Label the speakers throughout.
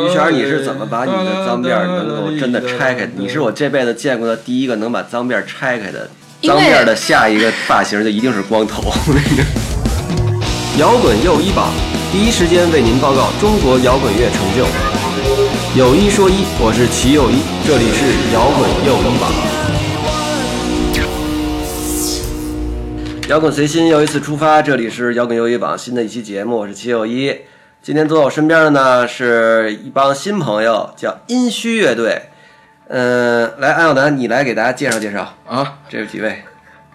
Speaker 1: 于谦儿，你是怎么把你的脏辫儿能够真的拆开？你是我这辈子见过的第一个能把脏辫儿拆开的。
Speaker 2: 因为
Speaker 1: 脏辫儿的下一个发型就一定是光头。 摇滚又一榜，第一时间为您报告中国摇滚乐成就。有一说一，我是齐又一，这里是摇滚又一榜。摇滚随心又一次出发，这里是摇滚又一榜新的一期节目，我是齐友一。今天坐在我身边的呢是一帮新朋友，叫阴虚乐队。嗯、来，安小南，你来给大家介绍介绍
Speaker 3: 啊，
Speaker 1: 这几位。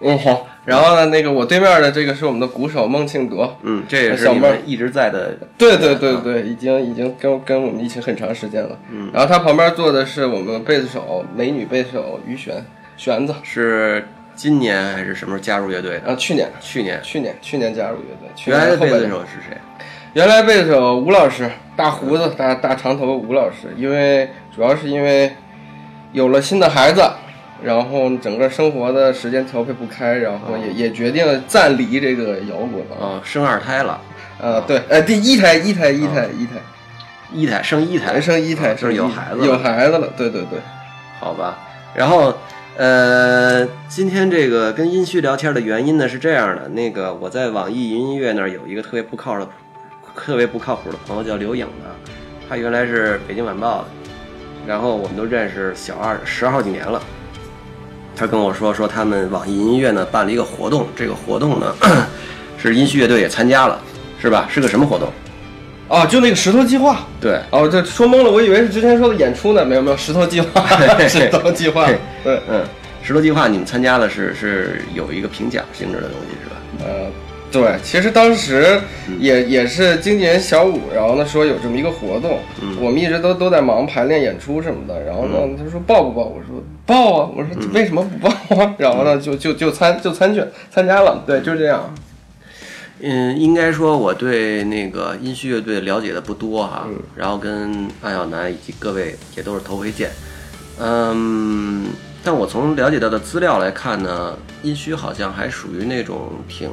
Speaker 3: 嗯好。然后呢，那个我对面的这个是我们的鼓手孟庆铎，
Speaker 1: 嗯，这也是
Speaker 3: 小
Speaker 1: 你
Speaker 3: 妹儿
Speaker 1: 们嗯一直在的。
Speaker 3: 对对对对，已经已经跟跟我们一起很长时间了。嗯，然后他旁边坐的是我们贝斯手美女贝斯手于璇，璇子，
Speaker 1: 是今年还是什么时候加入乐队的？
Speaker 3: 啊，去年
Speaker 1: 去年。
Speaker 3: 去年去年加入乐队，去
Speaker 1: 原
Speaker 3: 年
Speaker 1: 来的
Speaker 3: 后
Speaker 1: 贝
Speaker 3: 半
Speaker 1: 斯
Speaker 3: 年
Speaker 1: 手是谁？
Speaker 3: 原来贝斯手吴老师，大胡子、大大长头吴老师，因为主要是因为有了新的孩子，然后整个生活的时间调配不开，然后也、也决定暂离这个摇滚了。
Speaker 1: 哦，生二胎了，
Speaker 3: 啊，对，呃，第一胎、一胎、一胎、一胎，
Speaker 1: 一胎生一胎，
Speaker 3: 人生一胎，
Speaker 1: 哦啊就是
Speaker 3: 生一
Speaker 1: 有孩子了，
Speaker 3: 有孩子了，对对对。
Speaker 1: 好吧，然后呃，今天这个跟殷旭聊天的原因呢是这样的，那个我在网易云音乐那儿有一个特别不靠谱的、特别不靠谱的朋友叫刘颖的，他原来是北京晚报的，然后我们都认识小二十好几年了。他跟我说说他们网易云音乐呢办了一个活动，这个活动呢 是殷旭乐队也参加了，是吧？是个什么活动？
Speaker 3: 哦，就那个石头计划。
Speaker 1: 对，
Speaker 3: 哦，这说懵了，我以为是之前说的演出呢，没有没有，石头计划， 石头计划，对，
Speaker 1: 嗯，石头计划你们参加了是是有一个评奖性质的东西是吧？
Speaker 3: 呃，对，其实当时也也是经纪人小五，然后呢说有这么一个活动，
Speaker 1: 嗯
Speaker 3: 我们一直都都在忙排练演出什么的，然后呢他说报不报？我说报啊，我说
Speaker 1: 嗯
Speaker 3: 为什么不报啊？ 然后呢就就就参就参去参加了，对，就这样，
Speaker 1: 嗯，应该说我对那个殷墟乐队了解的不多哈，
Speaker 3: 嗯
Speaker 1: 然后跟安小楠以及各位也都是头回见。嗯，但我从了解到的资料来看呢，殷墟好像还属于那种挺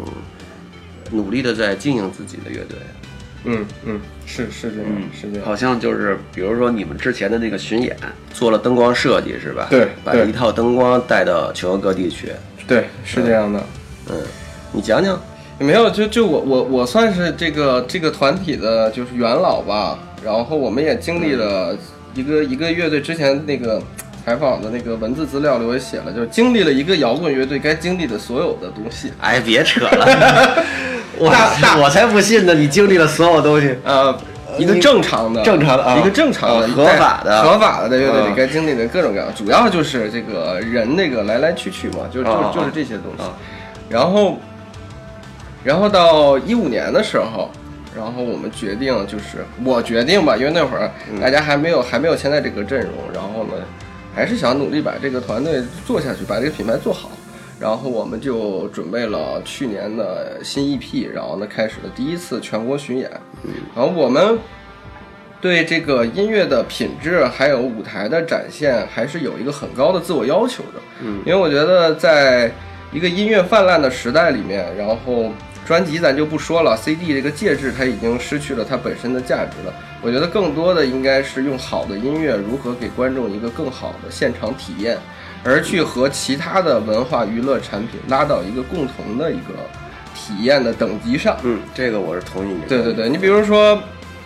Speaker 1: 努力的在经营自己的乐队，啊
Speaker 3: 嗯嗯，是是这样是这样，
Speaker 1: 好像就是比如说你们之前的那个巡演做了灯光设计是吧？
Speaker 3: 对
Speaker 1: 把
Speaker 3: 对
Speaker 1: 一套灯光带到全国各地去。
Speaker 3: 对，是这样的。
Speaker 1: 嗯，你讲讲，
Speaker 3: 没有，就就我我我算是这个这个团体的就是元老吧。然后我们也经历了一个一个乐队之前那个采访的那个文字资料里，我也写了，就是经历了一个摇滚乐队该经历的所有的东西。
Speaker 1: 哎，别扯了， 我
Speaker 3: 大大
Speaker 1: 我才不信呢！你经历了所有东西，
Speaker 3: 呃，一个正常的、
Speaker 1: 正常的啊
Speaker 3: 一个正常的、
Speaker 1: 啊合法的
Speaker 3: 在合法的在乐队
Speaker 1: 啊
Speaker 3: 里该经历的各种各样，主要就是这个人那个来来去去嘛，就就
Speaker 1: 啊啊
Speaker 3: 就是这些东西
Speaker 1: 啊。
Speaker 3: 然后，然后到一五年的时候。然后我们决定，就是我决定吧，因为那会儿
Speaker 1: 嗯
Speaker 3: 大家还没有、还没有现在这个阵容，然后呢，还是想努力把这个团队做下去，把这个品牌做好。然后我们就准备了去年的新 EP，然后呢开始了第一次全国巡演。
Speaker 1: 嗯
Speaker 3: 然后我们对这个音乐的品质还有舞台的展现，还是有一个很高的自我要求的。
Speaker 1: 嗯，
Speaker 3: 因为我觉得在一个音乐泛滥的时代里面，然后专辑咱就不说了，CD 这个介质它已经失去了它本身的价值了。我觉得更多的应该是用好的音乐如何给观众一个更好的现场体验，而去和其他的文化娱乐产品拉到一个共同的一个体验的等级上。
Speaker 1: 嗯，这个我是同意你的。
Speaker 3: 对对对，你比如说，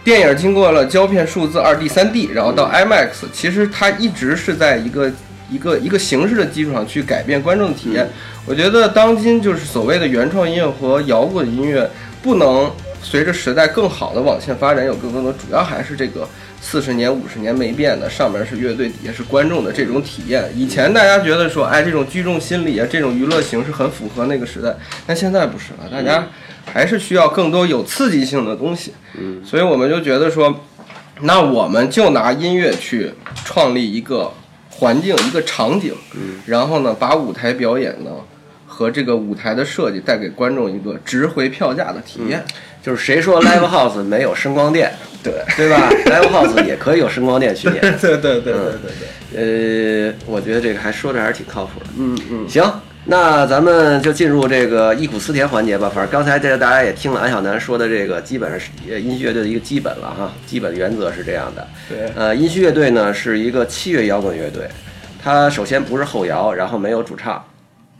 Speaker 3: 电影经过了胶片、数字、二 D、三 D，然后到 IMAX，其实它一直是在一个一个一个形式的基础上去改变观众的体验。我觉得当今就是所谓的原创音乐和摇滚音乐不能随着时代更好的往前发展，有更多的主要还是这个四十年、五十年没变的，上面是乐队，底下是观众的这种体验。以前大家觉得说，哎，这种聚众心理啊，这种娱乐形式很符合那个时代，但现在不是了，大家还是需要更多有刺激性的东西。嗯，所以我们就觉得说，那我们就拿音乐去创立一个环境、一个场景，嗯，然后呢，把舞台表演呢。和这个舞台的设计带给观众一个值回票价的体验，
Speaker 1: 就是谁说 live house 没有声光电，
Speaker 3: 对，
Speaker 1: 对吧？live house 也可以有声光电巡 演。
Speaker 3: 嗯对对对对对对，
Speaker 1: 呃，我觉得这个还说的还是挺靠谱的。
Speaker 3: 嗯嗯，
Speaker 1: 行，那咱们就进入这个忆苦思甜环节吧。反正刚才这个大家也听了安小南说的这个，基本上是呃音序乐队的一个基本了哈，基本原则是这样的。
Speaker 3: 对，
Speaker 1: 呃，音序乐队呢是一个器乐摇滚乐队，它首先不是后摇，然后没有主唱，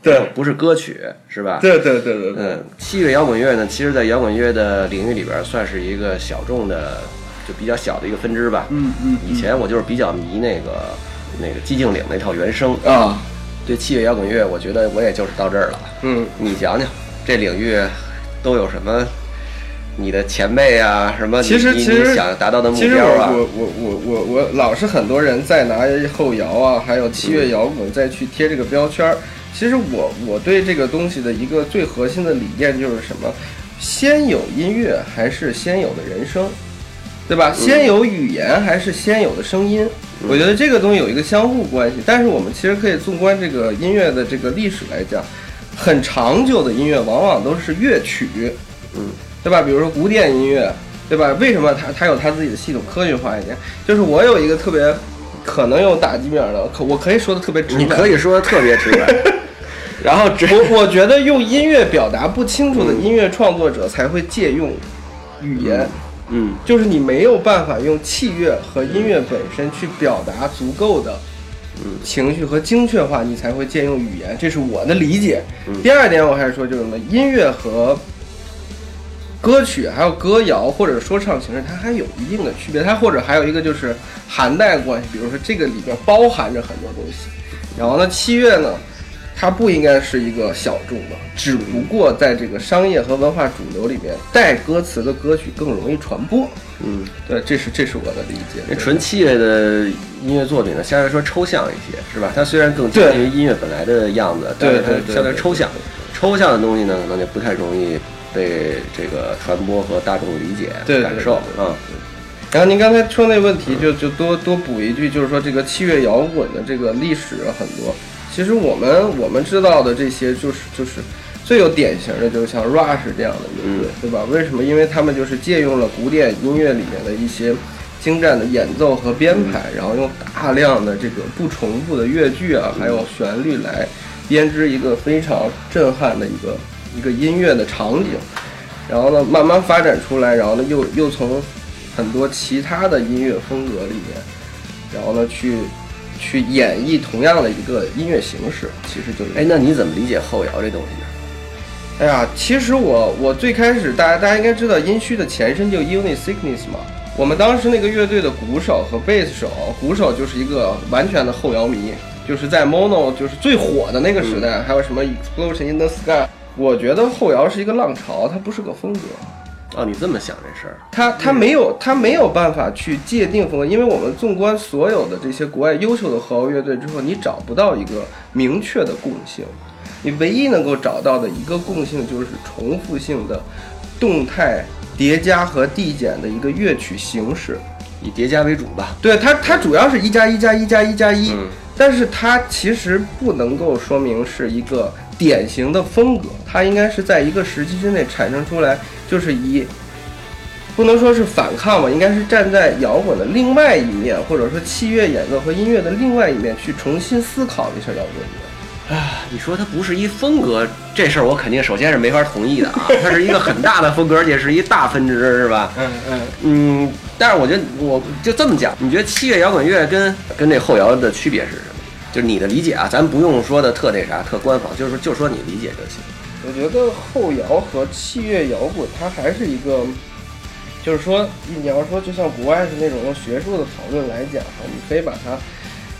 Speaker 3: 对，
Speaker 1: 不是歌曲，是吧？
Speaker 3: 对对对对对，
Speaker 1: 嗯，器乐摇滚乐呢，其实在摇滚乐的领域里边儿算是一个小众的，就比较小的一个分支吧。
Speaker 3: 嗯嗯
Speaker 1: 以前我就是比较迷那个那个寂静岭那套原声，
Speaker 3: 啊，
Speaker 1: 对器乐摇滚乐，我觉得我也就是到这儿了。
Speaker 3: 嗯，
Speaker 1: 你讲讲这领域都有什么？你的前辈啊，什么你？
Speaker 3: 其实
Speaker 1: 你
Speaker 3: 其实
Speaker 1: 你想达到的目
Speaker 3: 其实
Speaker 1: 标啊，
Speaker 3: 我我我我我我老是很多人在拿后摇啊，还有
Speaker 1: 嗯
Speaker 3: 七月摇滚再去贴这个标签儿。其实我我对这个东西的一个最核心的理念就是什么？先有音乐还是先有的人声，对吧？
Speaker 1: 嗯
Speaker 3: 先有语言还是先有的声音？我觉得这个东西有一个相互关系。但是我们其实可以纵观这个音乐的这个历史来讲，很长久的音乐往往都是乐曲，
Speaker 1: 嗯
Speaker 3: 对吧？比如说古典音乐，对吧？为什么它它有它自己的系统，科学化一点？就是我有一个特别可能有打击面的，可我可以说的特别直白。
Speaker 1: 你可以说的特别直白。 然后只
Speaker 3: 我我觉得用音乐表达不清楚的音乐创作者才会借用语言，
Speaker 1: 嗯
Speaker 3: 就是你没有办法用器乐和音乐本身去表达足够的。嗯情绪和精确化，你才会借用语言，这是我的理解。第二点，我还是说就是什么音乐和歌曲，还有歌谣或者说唱形式，它还有一定的区别。它或者还有一个就是涵盖关系，比如说这个里边包含着很多东西。然后呢，器乐呢，它不应该是一个小众的，只不过在这个商业和文化主流里面，带歌词的歌曲更容易传播。
Speaker 1: 嗯，
Speaker 3: 对，这是这是我的理解。
Speaker 1: 那纯器乐的音乐作品呢，相对来说抽象一些，是吧？它虽然更接近于音乐本来的样子，但是
Speaker 3: 对对
Speaker 1: 它
Speaker 3: 对
Speaker 1: 相对
Speaker 3: 对
Speaker 1: 抽象。抽象的东西呢，可能就不太容易被这个传播和大众理解、
Speaker 3: 对对
Speaker 1: 感受
Speaker 3: 对
Speaker 1: 啊。
Speaker 3: 然后您刚才说那问题就，就多多补一句，就是说这个器乐摇滚的这个历史很多。其实我们我们知道的这些，就是就是最有典型的，就是像 Rush 这样的乐队，对吧？为什么？因为他们就是借用了古典音乐里面的一些精湛的演奏和编排，然后用大量的这个不重复的乐句啊，还有旋律来编织一个非常震撼的一个一个音乐的场景。然后呢，慢慢发展出来，然后呢，又又从很多其他的音乐风格里面，然后呢，去去演绎同样的一个音乐形式，其实就是
Speaker 1: 哎，那你怎么理解后摇这东西呢？
Speaker 3: 哎呀，其实我我最开始大家大家应该知道音虚的前身就 Uni Sickness 嘛。我们当时那个乐队的鼓手和贝斯手，鼓手就是一个完全的后摇迷，就是在 Mono 就是最火的那个时代，还有什么 Explosion in the Sky。我觉得后摇是一个浪潮，它不是个风格。
Speaker 1: 哦，你这么想这事儿，
Speaker 3: 他他没有他没有办法去界定风格，因为我们纵观所有的这些国外优秀的合乐队之后，你找不到一个明确的共性，你唯一能够找到的一个共性就是重复性的动态叠加和递减的一个乐曲形式。
Speaker 1: 以叠加为主吧。
Speaker 3: 对它，它主要是一加一加一加一加一，
Speaker 1: 嗯
Speaker 3: 但是它其实不能够说明是一个典型的风格，它应该是在一个时期之内产生出来，就是以不能说是反抗吧，应该是站在摇滚的另外一面，或者说器乐演奏和音乐的另外一面去重新思考一下摇滚乐。
Speaker 1: 啊，你说它不是一风格这事儿，我肯定首先是没法同意的 啊。它是一个很大的风格，而且是一大分支，是吧？
Speaker 3: 嗯嗯，
Speaker 1: 嗯，但是我觉得我就这么讲，你觉得七月摇滚乐跟跟这后摇的区别是什么？就是你的理解啊，咱不用说的特那啥、特官方，就是说就说你理解就行。
Speaker 3: 我觉得后摇和器乐摇滚，它还是一个，就是说，你要说就像国外的那种用学术的讨论来讲哈，你可以把它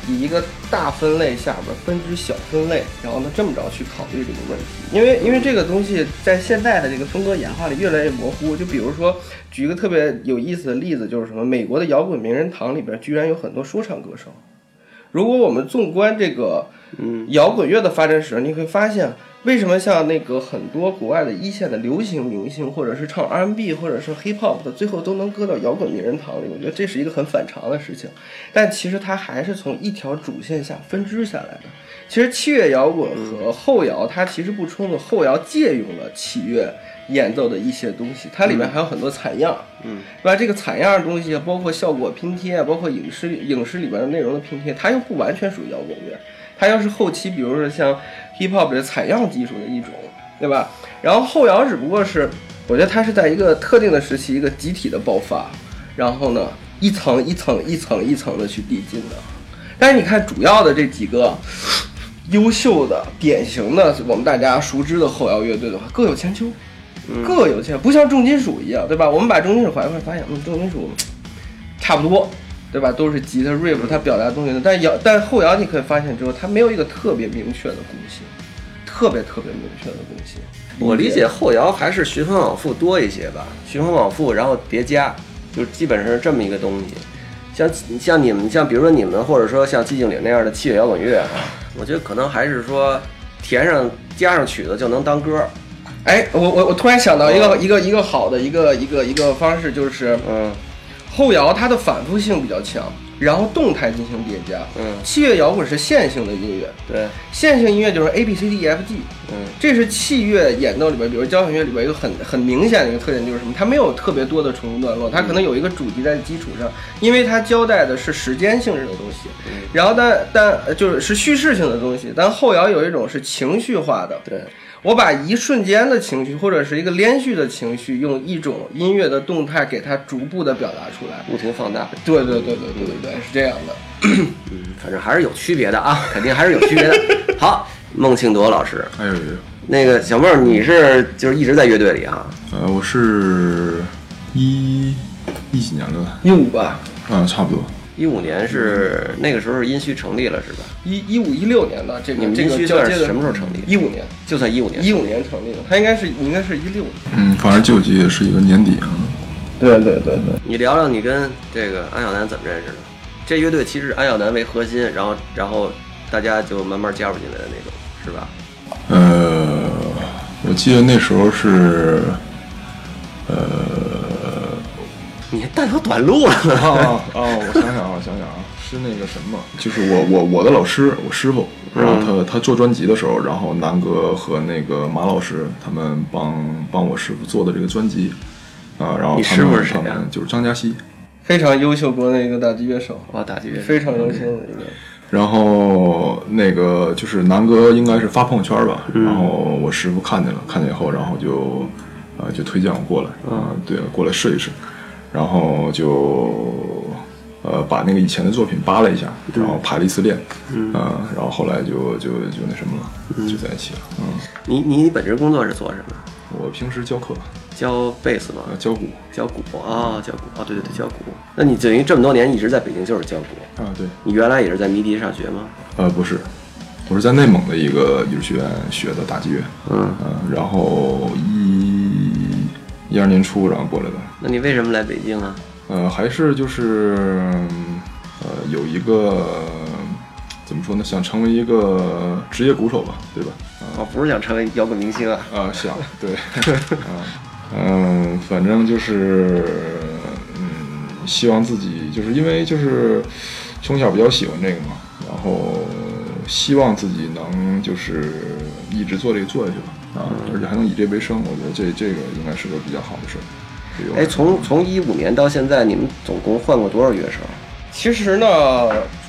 Speaker 3: 以一个大分类下边分支小分类，然后呢这么着去考虑这个问题。因为因为这个东西在现在的这个风格演化里越来越模糊。就比如说，举一个特别有意思的例子，就是什么美国的摇滚名人堂里边居然有很多说唱歌手。如果我们纵观这个
Speaker 1: 嗯
Speaker 3: 摇滚乐的发展史，你会发现为什么像那个很多国外的一线的流行明星，或者是唱 R&B 或者是 Hip Hop 的，最后都能搁到摇滚名人堂里，我觉得这是一个很反常的事情。但其实它还是从一条主线下分支下来的。其实器乐摇滚和后摇，它其实不冲突，后摇借用了器乐演奏的一些东西，它里面还有很多采样。
Speaker 1: 嗯，
Speaker 3: 对吧？这个采样的东西，啊包括效果拼贴，包括影视影视里边的内容的拼贴，它又不完全属于摇滚乐，它要是后期，比如说像 hip hop 的采样技术的一种，对吧？然后后摇只不过是，我觉得它是在一个特定的时期，一个集体的爆发，然后呢，一层一层一层一层的去递进的。但是你看，主要的这几个优秀的、典型的，我们大家熟知的后摇乐队的话，各有千秋，各有千秋，不像重金属一样，对吧？我们把重金属划一块，发现，嗯，重金属差不多，对吧？都是吉他 riff，它表达的东西的。但摇，但后摇你可以发现之后，它没有一个特别明确的共性，特别特别明确的共性。
Speaker 1: 我理解后摇还是循环往复多一些吧，循环往复，然后叠加，就基本上是这么一个东西。像像你们像比如说你们或者说像寂静岭那样的器乐摇滚乐啊，我觉得可能还是说填上加上曲子就能当歌。
Speaker 3: 哎，我我我突然想到一个、一个一个好的一个一个一个方式，就是
Speaker 1: 嗯
Speaker 3: 后摇它的反复性比较强，然后动态进行叠加。
Speaker 1: 嗯，
Speaker 3: 器乐摇滚是线性的音乐，
Speaker 1: 对，
Speaker 3: 线性音乐就是 A B C D E F G，
Speaker 1: 嗯
Speaker 3: 这是器乐演奏里边，比如交响乐里边一个很很明显的一个特点就是什么？它没有特别多的重复段落，它可能有一个主题在基础上，因为它交代的是时间性质的东西
Speaker 1: 嗯，
Speaker 3: 然后但但呃就是是叙事性的东西，但后摇有一种是情绪化的，
Speaker 1: 对，
Speaker 3: 我把一瞬间的情绪或者是一个连续的情绪，用一种音乐的动态给它逐步的表达出来。
Speaker 1: 不停放大。
Speaker 3: 对对对对对对对，是这样的。
Speaker 1: 嗯，反正还是有区别的啊，肯定还是有区别 的。好，孟庆铎老师，
Speaker 2: 哎呦，
Speaker 1: 那个小孟，你是就是一直在乐队里啊？
Speaker 2: 呃，我是一一几年的，
Speaker 3: 一五吧，
Speaker 2: 啊、差不多。
Speaker 1: 一五年是那个时候是音区成立了是吧？
Speaker 3: 一一五一六年的这个
Speaker 1: 你们
Speaker 3: 这
Speaker 1: 音
Speaker 3: 个
Speaker 1: 区
Speaker 3: 交
Speaker 1: 算
Speaker 3: 接
Speaker 1: 是
Speaker 3: 的
Speaker 1: 什么时候成立？
Speaker 3: 一五年，
Speaker 1: 就算一五年，
Speaker 3: 一五年成立的，它应该是应该是一六年。
Speaker 2: 嗯，反正九级也是一个年底啊。
Speaker 3: 对对对对，
Speaker 1: 你聊聊你跟这个安晓楠怎么认识的？这乐队其实安晓楠为核心，然后然后大家就慢慢加入进来的那种，是吧？
Speaker 2: 呃，我记得那时候是， 呃，
Speaker 1: 你还大条短路了 呢，
Speaker 2: 啊啊！我想想啊，我想想啊，是那个什么，嗯就是我我我的老师，我师傅，然后他他做专辑的时候，然后南哥和那个马老师他们帮帮我师傅做的这个专辑，啊，然后
Speaker 1: 你
Speaker 2: 他
Speaker 1: 师
Speaker 2: 们
Speaker 1: 傅是谁
Speaker 2: 他
Speaker 1: 呀
Speaker 2: 们就是张嘉熙，
Speaker 3: 非常优秀国内一个打击乐手，
Speaker 1: 哇，打击乐队
Speaker 3: 非 常优秀的一个。
Speaker 2: 然后那个就是南哥应该是发朋友圈吧，然后我师傅看见了，看见以后，然后就呃就推荐我过来，啊、对，过来试一试，然后就呃把那个以前的作品扒了一下，然后排了一次练，嗯、然后后来就就就那什么了，就在一起了，嗯，
Speaker 1: 你你本职工作是做什么？
Speaker 2: 我平时教课，
Speaker 1: 教贝斯吗？
Speaker 2: 呃，教鼓，
Speaker 1: 教鼓啊，教鼓啊，对对对，教鼓。那你等于这么多年一直在北京就是教鼓，
Speaker 2: 啊，对，
Speaker 1: 你原来也是在迷笛上学吗？
Speaker 2: 呃，不是，我是在内蒙的一个艺术学院学的打击乐，
Speaker 1: 嗯，
Speaker 2: 嗯，然后一一二年初然后过来的，
Speaker 1: 那你为什么来北京啊？
Speaker 2: 呃，还是就是嗯呃有一个嗯怎么说呢，想成为一个职业鼓手吧，对吧？
Speaker 1: 我啊不是想成为摇滚明星啊。
Speaker 2: 啊、想对，啊嗯、反正就是嗯，希望自己就是因为就是从小比较喜欢这个嘛，然后希望自己能就是一直做这个做下去吧，啊，而且还能以这为生，我觉得这这个应该是个比较好的事儿。对于我
Speaker 1: 哎，从从一五年到现在，你们总共换过多少乐手？
Speaker 3: 其实呢，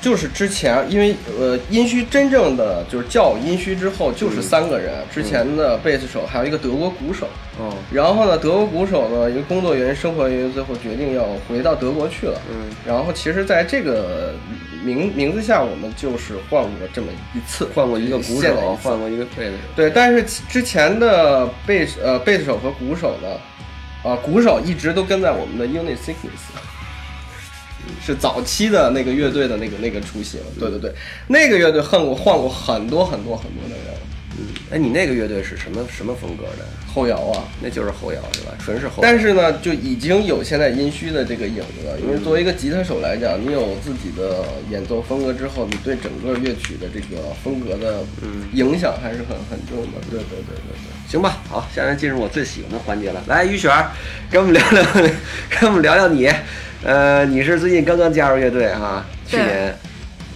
Speaker 3: 就是之前因为呃殷墟真正的就是叫殷墟之后就是三个人，之前的贝斯手还有一个德国鼓手。
Speaker 1: 哦，
Speaker 3: 然后呢，德国鼓手呢，因为工作原因、生活原因，最后决定要回到德国去了。
Speaker 1: 嗯，
Speaker 3: 然后其实，在这个名名字下，我们就是换过这么一次，
Speaker 1: 换过一个鼓
Speaker 3: 现在一
Speaker 1: 手，
Speaker 3: 次
Speaker 1: 换过一个贝斯手。
Speaker 3: 对，但是其之前的贝斯呃贝斯手和鼓手呢，啊、鼓手一直都跟在我们的 Unit Sickness，是早期的那个乐队的那个那个雏形。对对对，那个乐队换过换过很多很多很多的人，
Speaker 1: 嗯，哎，你那个乐队是什么什么风格的？
Speaker 3: 后摇啊。
Speaker 1: 那就是后摇是吧？纯是后摇。
Speaker 3: 但是呢，就已经有现在殷墟的这个影子了。因为作为一个吉他手来讲，你有自己的演奏风格之后，你对整个乐曲的这个风格的
Speaker 1: 嗯
Speaker 3: 影响还是很很重的。对对对对对。
Speaker 1: 行吧，好，下面进入我最喜欢的环节了。来，于璇儿，跟我们聊 聊，跟我们聊聊你。呃，你是最近刚刚加入乐队哈、去
Speaker 4: 对
Speaker 1: 年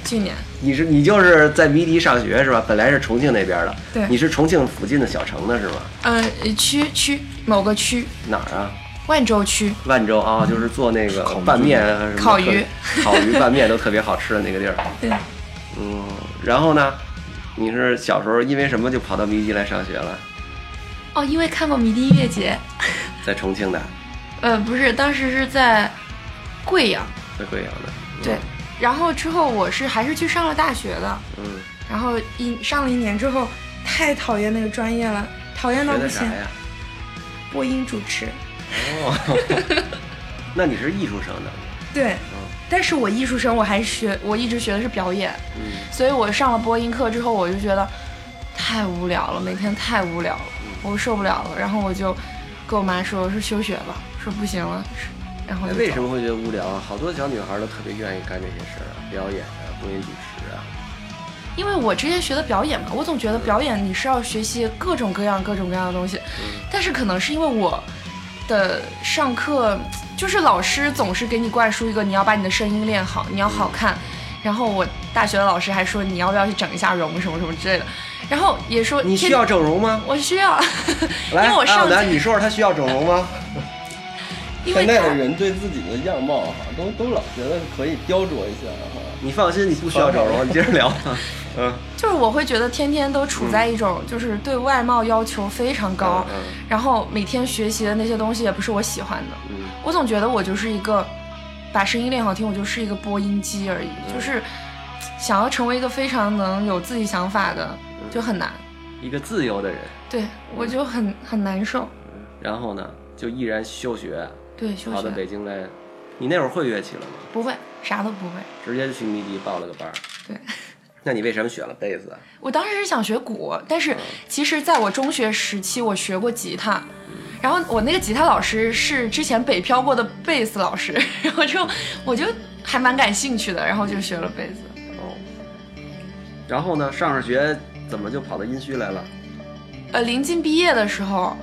Speaker 4: 去年
Speaker 1: 你是你就是在迷笛上学是吧？本来是重庆那边的，
Speaker 4: 对
Speaker 1: 你是重庆附近的小城的是吗？
Speaker 4: 呃区区某个区
Speaker 1: 哪儿啊？
Speaker 4: 万州区，
Speaker 1: 万州啊，就是做那个
Speaker 2: 烤鱼
Speaker 1: 拌面啊、什么
Speaker 4: 烤
Speaker 1: 特别
Speaker 4: 鱼、
Speaker 1: 烤鱼拌面都特别好吃的那个地儿。
Speaker 4: 对，
Speaker 1: 嗯，然后呢？你是小时候因为什么就跑到迷笛来上学了？
Speaker 4: 哦，因为看过迷笛音乐节，
Speaker 1: 在重庆的，
Speaker 4: 呃，不是，当时是在贵阳，
Speaker 1: 在贵阳的。
Speaker 4: 对。然后之后我是还是去上了大学的，
Speaker 1: 嗯，
Speaker 4: 然后一上了一年之后，太讨厌那个专业了，讨厌到
Speaker 1: 学
Speaker 4: 不
Speaker 1: 的啥
Speaker 4: 行。
Speaker 1: 呀？
Speaker 4: 播音主持，
Speaker 1: 那你是艺术生的，
Speaker 4: 对。但是我艺术生，我还学，我一直学的是表演，
Speaker 1: 嗯，
Speaker 4: 所以我上了播音课之后，我就觉得太无聊了，每天太无聊了，我受不了了。然后我就跟我妈说，我说休学吧，说不行了，然后
Speaker 1: 哎
Speaker 4: 就
Speaker 1: 为什
Speaker 4: 么？
Speaker 1: 么会觉得无聊啊？好多小女孩都特别愿意干这些事儿啊，表演啊，播音主持啊。
Speaker 4: 因为我之前学的表演嘛，我总觉得表演你是要学习各种各样、各种各样的东西，
Speaker 1: 嗯
Speaker 4: 但是可能是因为我的上课就是老师总是给你灌输一个你要把你的声音练好，你要好看，然后我大学的老师还说你要不要去整一下容什么什么之类的，然后也说
Speaker 1: 你需要整容吗？
Speaker 4: 我需要，因
Speaker 1: 来，
Speaker 4: 为我
Speaker 1: 阿
Speaker 4: 上
Speaker 1: 姆南，
Speaker 4: 届
Speaker 1: 你说说他需要整容 吗？
Speaker 4: 因为
Speaker 3: 现在
Speaker 4: 他
Speaker 3: 的人对自己的样貌哈，都都老觉得可以雕琢一下哈。
Speaker 1: 你放心，你不需要整容，你接着聊吧。嗯，
Speaker 4: 就是我会觉得天天都处在一种就是对外貌要求非常高，
Speaker 1: 嗯
Speaker 4: 然后每天学习的那些东西也不是我喜欢的，
Speaker 1: 嗯
Speaker 4: 我总觉得我就是一个把声音练好听，我就是一个播音机而已，
Speaker 1: 嗯
Speaker 4: 就是想要成为一个非常能有自己想法的就很难，
Speaker 1: 嗯，一个自由的人，
Speaker 4: 对我就很很难受，
Speaker 1: 然后呢，就毅然休学，
Speaker 4: 对休
Speaker 1: 跑到
Speaker 4: 学
Speaker 1: 北京来。你那会儿会乐器了吗？
Speaker 4: 不会啥都不会，
Speaker 1: 直接就去迷笛报了个班儿。
Speaker 4: 对。
Speaker 1: 那你为什么选了贝斯啊？
Speaker 4: 我当时是想学鼓，但是其实在我中学时期，我学过吉他。然后我那个吉他老师是之前北漂过的贝斯老师，然后之后我就还蛮感兴趣的，然后就学了贝斯。
Speaker 1: 哦，然后呢，上上学怎么就跑到殷墟来了？
Speaker 4: 呃，临近毕业的时候，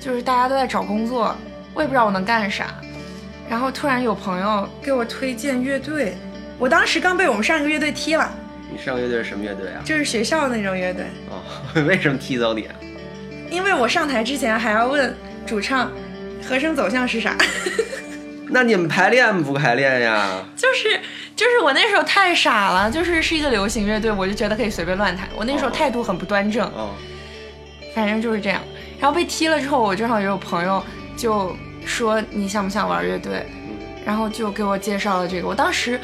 Speaker 4: 就是大家都在找工作，我也不知道我能干啥。然后突然有朋友给我推荐乐队，我当时刚被我们上一个乐队踢了，
Speaker 1: 你上乐队是什么乐队啊？
Speaker 4: 就是学校那种乐队。
Speaker 1: 哦， 为什么踢走你啊？
Speaker 4: 因为我上台之前还要问主唱和声走向是啥。
Speaker 1: 那你们排练不排练呀？
Speaker 4: 就是就是我那时候太傻了，就是是一个流行乐队，我就觉得可以随便乱弹。我那
Speaker 3: 哦
Speaker 4: 时候态度很不端正，
Speaker 1: 哦，
Speaker 4: 反正就是这样。然后被踢了之后，我正好也有朋友就说你想不想玩乐队，
Speaker 3: 嗯
Speaker 4: 然后就给我介绍了这个。我当时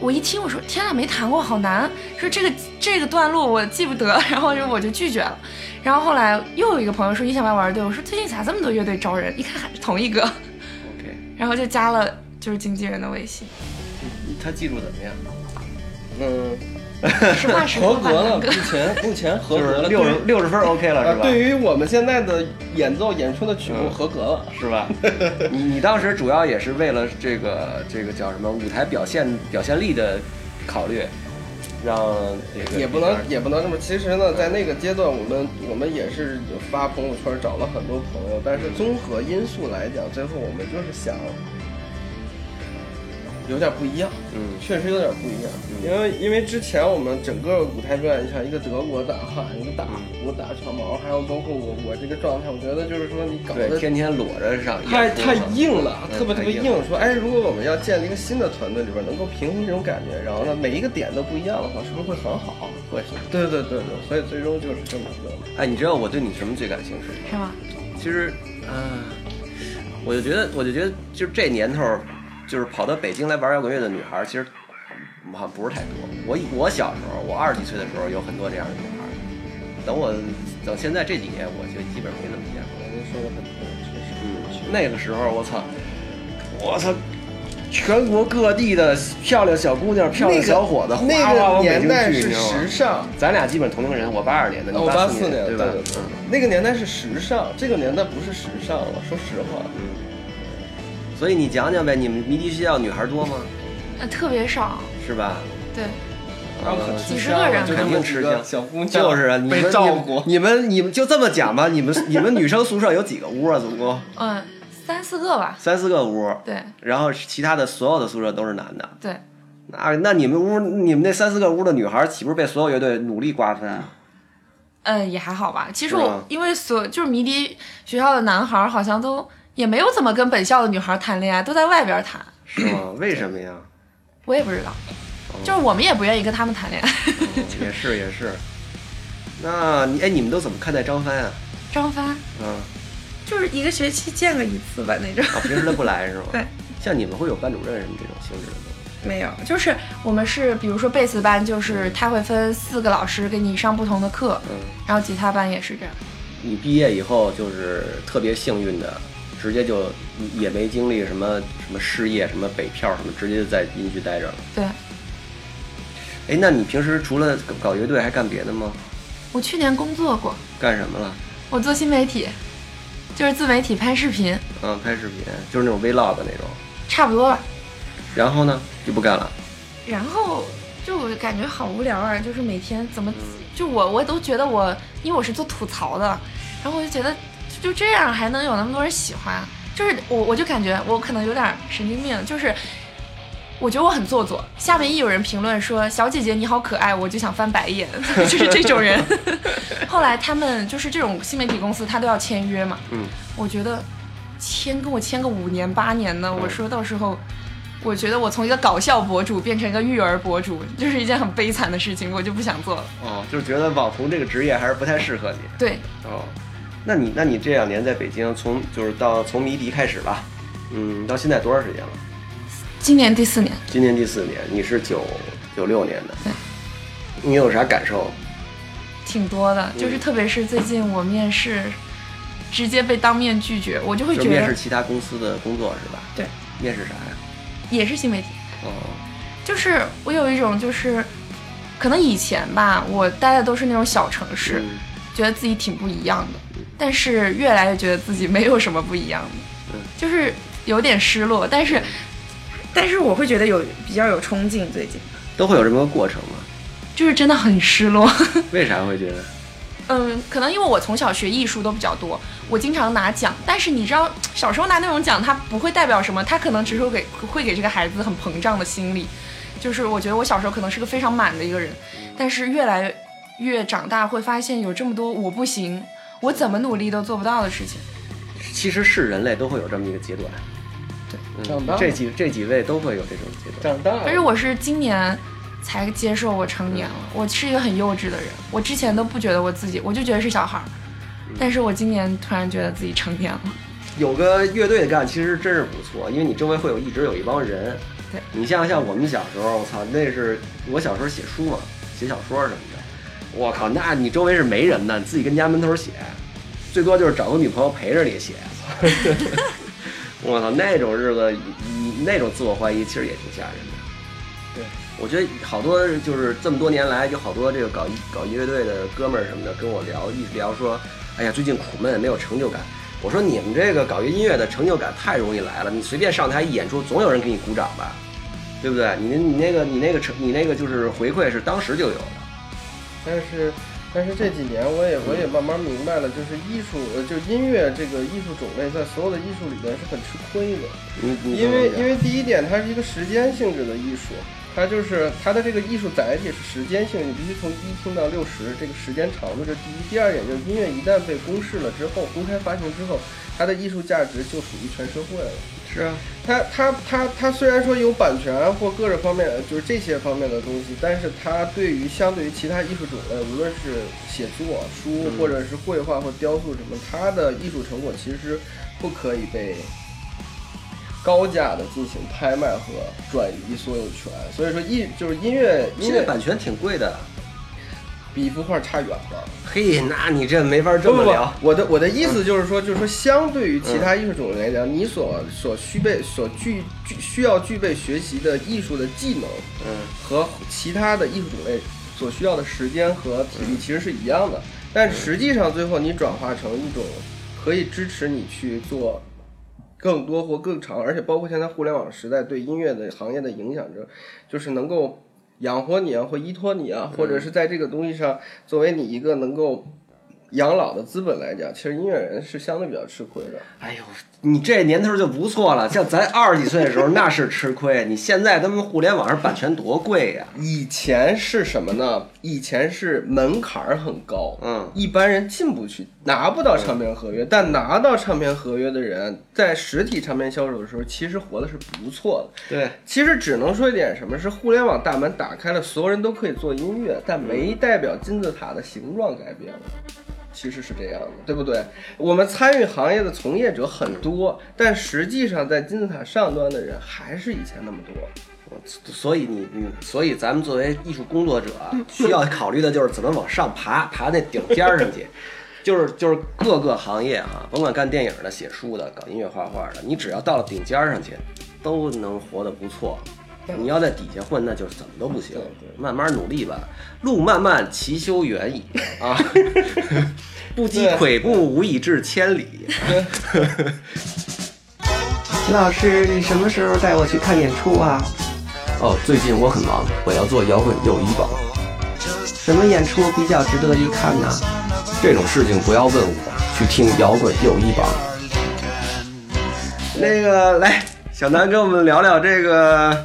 Speaker 4: 我一听我说天啊呐，没弹过，好难。说这个这个段落我记不得， 然后就我就拒绝了。然后后来又有一个朋友说你想不想玩乐队，我说最近咋这么多乐队招人，一看还是同一个，
Speaker 1: ，OK，
Speaker 4: 然后就加了就是经纪人的 微信。
Speaker 1: 他技术怎么样？
Speaker 3: 嗯，
Speaker 4: 实话实说
Speaker 3: 合
Speaker 4: 吧，
Speaker 3: 格了，
Speaker 4: 南
Speaker 3: 目
Speaker 4: 哥。
Speaker 3: 前目前合
Speaker 1: 就
Speaker 3: 格
Speaker 1: 是
Speaker 3: 了，
Speaker 1: 六十六十分 OK 了
Speaker 3: 啊
Speaker 1: 是，吧？
Speaker 3: 对于我们现在的演奏演出的曲目
Speaker 1: 嗯
Speaker 3: 合格了。
Speaker 1: 是吧？ 你你当时主要也是为了这个这个叫什么舞台表现表现力的考虑，让这个
Speaker 3: 也不能也不能这么。其实呢，在那个阶段，我们我们也是有发朋友圈，找了很多朋友，但是综合因素来讲，最后我们就是想有点不一样，
Speaker 1: 嗯
Speaker 3: 确实有点不一样。因为因为之前我们整个舞台表演，像一个德国大汉，一个大
Speaker 1: 嗯
Speaker 3: 鼓打长毛，还有包括我我这个状态，我觉得就是说你搞
Speaker 1: 对
Speaker 3: 得
Speaker 1: 天天裸着上，
Speaker 3: 太
Speaker 1: 也不
Speaker 3: 太
Speaker 1: 好
Speaker 3: 硬了，
Speaker 1: 嗯
Speaker 3: 特别特
Speaker 1: 太
Speaker 3: 别
Speaker 1: 硬
Speaker 3: 硬。说，哎，如果我们要建立一个新的团队里边能够平衡这种感觉，然后呢，每一个点都不一样的话，是不是会很好？
Speaker 1: 会是。
Speaker 3: 对对对对，所以最终就是这么一个。
Speaker 1: 哎，你知道我对你什么最感兴趣吗？
Speaker 4: 是吗？
Speaker 1: 其实，嗯，我就觉得，我就觉得，就是这年头儿，就是跑到北京来玩摇滚乐的女孩儿，其实好像不是太多。我以我小时候，我二十几岁的时候，有很多这样的女孩儿。等我等现在这几年，我就基本上没怎么见过。
Speaker 3: 您说的很对，确实。
Speaker 1: 那个时候，我操，我操，全国各地的漂亮小姑娘、漂亮小伙子，
Speaker 3: 那
Speaker 1: 哗哗
Speaker 3: 个
Speaker 1: 往北
Speaker 3: 年
Speaker 1: 京
Speaker 3: 代
Speaker 1: 去
Speaker 3: 是
Speaker 1: 你知道吗
Speaker 3: 时尚，
Speaker 1: 咱俩基本同龄人，我八二年的，你
Speaker 3: 我
Speaker 1: 八
Speaker 3: 哦四
Speaker 1: 年
Speaker 3: 年，
Speaker 1: 对吧
Speaker 3: 对？对，那个年代是时尚，这个年代不是时尚了。说实话，
Speaker 1: 嗯所以你讲讲呗，你们迷笛学校女孩多吗？
Speaker 4: 呃，特别少，
Speaker 1: 是吧？
Speaker 4: 对，
Speaker 3: 然后可
Speaker 4: 几
Speaker 3: 吃
Speaker 4: 十
Speaker 3: 香
Speaker 4: 个
Speaker 3: 了
Speaker 4: 人
Speaker 3: 就这
Speaker 1: 肯
Speaker 3: 么
Speaker 1: 定
Speaker 3: 几
Speaker 1: 吃
Speaker 3: 啊个
Speaker 1: 香，
Speaker 3: 小姑娘
Speaker 1: 就是啊，你们
Speaker 3: 被照顾。
Speaker 1: 你们你们就这么讲吧，你们 你们女生宿舍有几个屋啊？总共
Speaker 4: 嗯，三四个吧，
Speaker 1: 三四个屋，
Speaker 4: 对
Speaker 1: 然后其他的所有的宿舍都是男的。
Speaker 4: 对，
Speaker 1: 那那你们屋你们那三四个屋的女孩，岂不是被所有乐队努力瓜分啊？
Speaker 4: 呃，也还好吧。其实
Speaker 1: 是
Speaker 4: 我
Speaker 1: 吗
Speaker 4: 因为所就是迷笛学校的男孩儿好像都也没有怎么跟本校的女孩儿谈恋爱，都在外边儿谈，
Speaker 1: 是 吗？为什么呀？哦
Speaker 4: 我也不知道，就是我们也不愿意跟他们谈恋爱。
Speaker 1: 也是也是，那你哎，你们都怎么看待张帆啊？
Speaker 4: 张帆
Speaker 1: 嗯，
Speaker 5: 就是一个学期见个一次吧 那种。
Speaker 1: 啊，平时他不来是吗？
Speaker 5: 对。
Speaker 1: 像你们会有班主任什么这种性质的吗？
Speaker 5: 没有，
Speaker 4: 就是我们是，比如说贝斯班，就是他会分四个老师给你上不同的课，
Speaker 1: 嗯，
Speaker 4: 然后吉他班也是这样。
Speaker 1: 你毕业以后就是特别幸运的，直接就也没经历什么什么失业、什么北漂什么，直接就在音区待着了。
Speaker 4: 对
Speaker 1: 哎，那你平时除了搞搞乐队还干别的吗？
Speaker 4: 我去年工作过，
Speaker 1: 干什么了？
Speaker 4: 我做新媒体，就是自媒体拍视频，
Speaker 1: 嗯，拍视频，就是那种 vlog 那种。
Speaker 4: 差不多吧。
Speaker 1: 然后呢，就不干了。
Speaker 4: 然后就我感觉好无聊啊，就是每天怎么就我我都觉得我，因为我是做吐槽的，然后我就觉得就就这样还能有那么多人喜欢，就是我我就感觉我可能有点神经病，就是。我觉得我很做作，下面一有人评论说“小姐姐你好可爱”，我就想翻白眼， 就是这种人。后来他们就是这种新媒体公司，他都要签约嘛。
Speaker 1: 嗯，
Speaker 4: 我觉得签跟我签个五年八年呢，我说到时候我觉得我从一个搞笑博主变成一个育儿博主，就是一件很悲惨的事情，我就不想做了。
Speaker 1: 哦，就是觉得网红这个职业还是不太适合你。
Speaker 4: 对，
Speaker 1: 哦，那你那你这两年在北京从，就是到从迷笛开始吧，嗯，到现在多长时间了？
Speaker 4: 今年第四年，
Speaker 1: 今年第四年，你是九九六年的
Speaker 4: 对，
Speaker 1: 你有啥感受？
Speaker 4: 挺多的，
Speaker 1: 嗯
Speaker 4: 就是特别是最近我面试，直接被当面拒绝，我就会
Speaker 1: 就是
Speaker 4: 觉
Speaker 1: 面试
Speaker 4: 得
Speaker 1: 其他公司的工作是吧？
Speaker 4: 对，
Speaker 1: 面试啥呀？
Speaker 4: 也是新媒体，
Speaker 1: 哦，
Speaker 4: 就是我有一种就是，可能以前吧，我待的都是那种小城市，
Speaker 1: 嗯
Speaker 4: 觉得自己挺不一样的，但是越来越觉得自己没有什么不一样的
Speaker 1: 嗯，
Speaker 4: 就是有点失落，但是
Speaker 5: 但是我会觉得有比较有冲劲，最近
Speaker 1: 都会有这么个过程吗？
Speaker 4: 就是真的很失落。
Speaker 1: 为啥会觉得？
Speaker 4: 嗯，可能因为我从小学艺术都比较多，我经常拿奖。但是你知道，小时候拿那种奖，它不会代表什么，它可能只是给会给这个孩子很膨胀的心理。就是我觉得我小时候可能是个非常满的一个人，但是越来越长大会发现有这么多我不行，我怎么努力都做不到的事情。
Speaker 1: 其实是人类都会有这么一个阶段，对
Speaker 3: 长大了
Speaker 1: 这几这几位都会有这种阶段。
Speaker 3: 长大了，
Speaker 4: 而且我是今年才接受我成年了，我是一个很幼稚的人，我之前都不觉得我自己，我就觉得是小孩儿，但是我今年突然觉得自己成年了。
Speaker 1: 有个乐队干，其实真是不错，因为你周围会有一直有一帮人。
Speaker 4: 对，
Speaker 1: 你像像我们小时候，我操，那是我小时候写书嘛，写小说什么的。我靠，那你周围是没人的，你自己跟家门头写，最多就是找个女朋友陪着你写。我操，那种日子，你那种自我怀疑，其实也挺吓人的。
Speaker 3: 对，
Speaker 1: 我觉得好多就是这么多年来，有好多这个搞搞乐队的哥们儿什么的跟我聊，一直聊说，哎呀，最近苦闷，没有成就感。我说你们这个搞音乐的成就感太容易来了，你随便上台一演出，总有人给你鼓掌吧，对不对？你那你那个你那个成你那个就是回馈是当时就有的，
Speaker 3: 但是，但是这几年我也我也慢慢明白了，就是艺术，呃，就音乐这个艺术种类，在所有的艺术里边是很吃亏的。
Speaker 1: 你你
Speaker 3: 因为
Speaker 1: 懂我意思
Speaker 3: 因为第一点，它是一个时间性质的艺术，它就是它的这个艺术载体是时间性，你必须从一听到六十，这个时间长度这是第一。第二点就是音乐一旦被公示了之后，公开发行之后，它的艺术价值就属于全社会了。
Speaker 1: 是啊，
Speaker 3: 它它它它虽然说有版权或各种方面，就是这些方面的东西，但是它对于相对于其他艺术种类，无论是写作、书
Speaker 1: 嗯
Speaker 3: 或者是绘画或雕塑什么，它的艺术成果其实不可以被高价的进行拍卖和转移所有权。所以说艺就是音乐音
Speaker 1: 现在
Speaker 3: 乐
Speaker 1: 版权挺贵的，
Speaker 3: 比一幅画差远了。
Speaker 1: 嘿，那你这没法这么聊。嗯
Speaker 3: 不不不我的我的意思就是说，就是说，相对于其他艺术种类来讲，你所所需备所具具需要具备学习的艺术的技能
Speaker 1: 嗯，
Speaker 3: 和其他的艺术种类所需要的时间和体力其实是一样的，但实际上最后你转化成一种可以支持你去做更多或更长，而且包括现在互联网时代对音乐的行业的影响着，就是能够养活你啊，或依托你啊，或者是在这个东西上作为你一个能够养老的资本来讲，其实音乐人是相对比较吃亏的。
Speaker 1: 哎呦，你这年头就不错了，像咱二十几岁的时候那是吃亏，你现在他们互联网上版权多贵呀、
Speaker 3: 以前是什么呢？以前是门槛儿很高，
Speaker 1: 嗯
Speaker 3: 一般人进不去，拿不到唱片合约。但拿到唱片合约的人，在实体唱片销售的时候，其实活的是不错的。
Speaker 1: 对，
Speaker 3: 其实只能说一点什么，是互联网大门打开了，所有人都可以做音乐，但没代表金字塔的形状改变了。其实是这样的，对不对？我们参与行业的从业者很多，但实际上在金字塔上端的人还是以前那么多。
Speaker 1: 所以你你，所以咱们作为艺术工作者啊，需 要考虑的就是怎么往上爬，爬那顶尖儿上去。就是就是各个行业啊，甭管干电影的、写书的、搞音乐、画画的，你只要到了顶尖儿上去，都能活得不错。你要在底下混，那就是怎么都不行。慢慢努力吧，路漫漫其修远矣 啊！不积跬步，无以至千里。
Speaker 6: 秦老师，你什么时候带我去看演出啊？
Speaker 7: 哦，最近我很忙，我要做摇滚又一榜。
Speaker 6: 什么演出比较值得一看呢？
Speaker 7: 这种事情不要问我，去听摇滚又一榜。
Speaker 1: 那个来，小南跟我们聊聊这个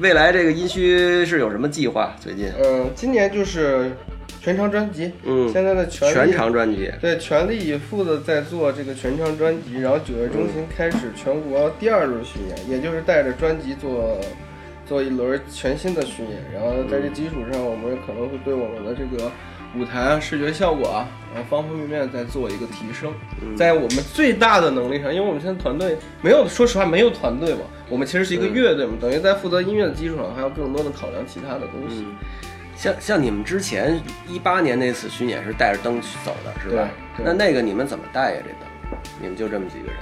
Speaker 1: 未来这个殷墟是有什么计划？最近
Speaker 3: 嗯，今年就是全长专辑，
Speaker 1: 嗯
Speaker 3: 现在的全力
Speaker 1: 全场专辑，
Speaker 3: 对全力以赴的在做这个全长专辑，然后九月中旬开始全国第二轮巡演，也就是带着专辑做做一轮全新的巡演，然后在这基础上，我们可能会对我们的这个舞台啊、视觉效果啊，然后方方面面再做一个提升，在我们最大的能力上，因为我们现在团队没有，说实话没有团队嘛，我们其实是一个乐队嘛，等于在负责音乐的基础上，还要更多的考量其他的东西。
Speaker 1: 像像你们之前一八年那次巡演是带着灯去走的，是吧？
Speaker 3: 对对
Speaker 1: 那那个你们怎么带呀？这灯，你们就这么几个人？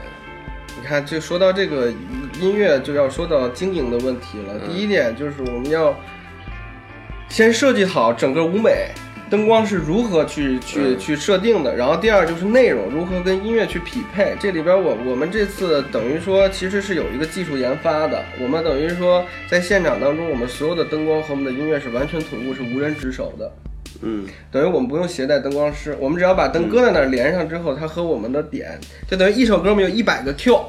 Speaker 3: 你看，这说到这个音乐，就要说到经营的问题了。第一点就是我们要先设计好整个舞美。灯光是如何去去去设定的？然后第二就是内容如何跟音乐去匹配。这里边我我们这次等于说其实是有一个技术研发的，我们等于说在现场当中，我们所有的灯光和我们的音乐是完全同步，是无人值守的。
Speaker 1: 嗯，
Speaker 3: 等于我们不用携带灯光师，我们只要把灯搁在那儿连上之后，它和我们的点就等于一首歌我们有一百个 Q，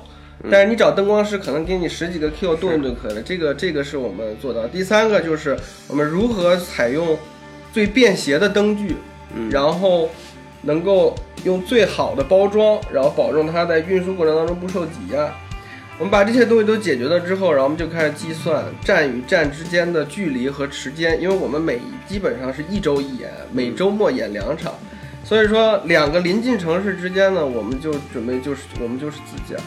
Speaker 3: 但是你找灯光师可能给你十几个 Q 动一动就可以了。这个这个是我们做到。第三个就是我们如何采用最便携的灯具，然后能够用最好的包装，然后保证它在运输过程当中不受挤压。我们把这些东西都解决了之后，然后我们就开始计算站与站之间的距离和时间，因为我们每基本上是一周一演，每周末演两场，所以说两个临近城市之间呢，我们就准备就是我们就是自驾，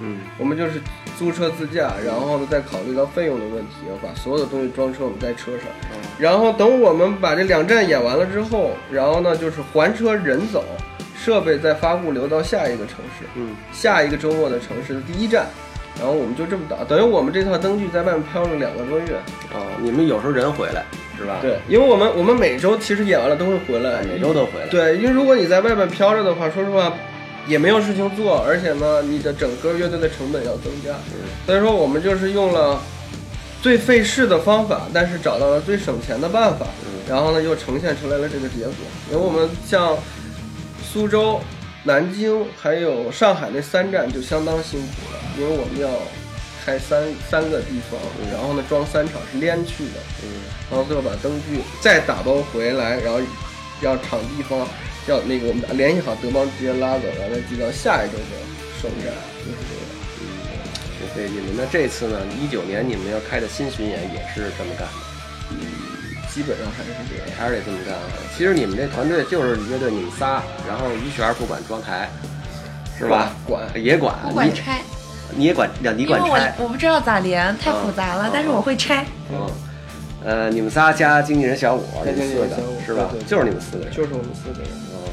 Speaker 1: 嗯，
Speaker 3: 我们就是租车自驾，然后呢再考虑到费用的问题，把所有的东西装车我们在车上，然后等我们把这两站演完了之后，然后呢就是还车人走，设备再发物流到下一个城市，
Speaker 1: 嗯，
Speaker 3: 下一个周末的城市的第一站。然后我们就这么打，等于我们这套灯具在外面飘了两个多月。
Speaker 1: 哦，你们有时候人回来是吧？，
Speaker 3: 对，因为我们我们每周其实演完了都会回来，
Speaker 1: 每周都回来。，
Speaker 3: 对，因为如果你在外面飘着的话，说实话，也没有事情做，而且呢，你的整个乐队的成本要增加。所以说，我们就是用了最费事的方法，但是找到了最省钱的办法，然后呢，又呈现出来了这个结果。因为我们像苏州、南京还有上海那三站就相当辛苦了，因为我们要开三三个地方，然后呢装三场是连去的，然后最后把灯具再打包回来，然后让场地方要那个我们联系好德邦直接拉走，然后再寄到下一周的收站，就是这样。
Speaker 1: 对，你们那这次呢？一九年你们要开的新巡演也是这么干的，
Speaker 3: 基本上还是这样。
Speaker 1: 还是得这么干啊。其实你们这团队就是乐队你们仨，然后于璇不管装台，是吧？
Speaker 3: 管
Speaker 1: 也管，
Speaker 4: 我管
Speaker 1: 你
Speaker 4: 拆，
Speaker 1: 你也管，呀你
Speaker 4: 因为
Speaker 1: 管拆
Speaker 4: 我。我不知道咋连，太
Speaker 1: 嗯
Speaker 4: 复杂了，
Speaker 1: 嗯
Speaker 4: 但是我会拆。
Speaker 1: 嗯，呃，你们仨加经纪人小五，你
Speaker 3: 加
Speaker 1: 们
Speaker 3: 经纪
Speaker 1: 四
Speaker 3: 人
Speaker 1: 个
Speaker 3: 小五
Speaker 1: 是吧
Speaker 3: 对？对
Speaker 1: 就是你们四个人。
Speaker 3: 就是我们四个人，
Speaker 1: 哦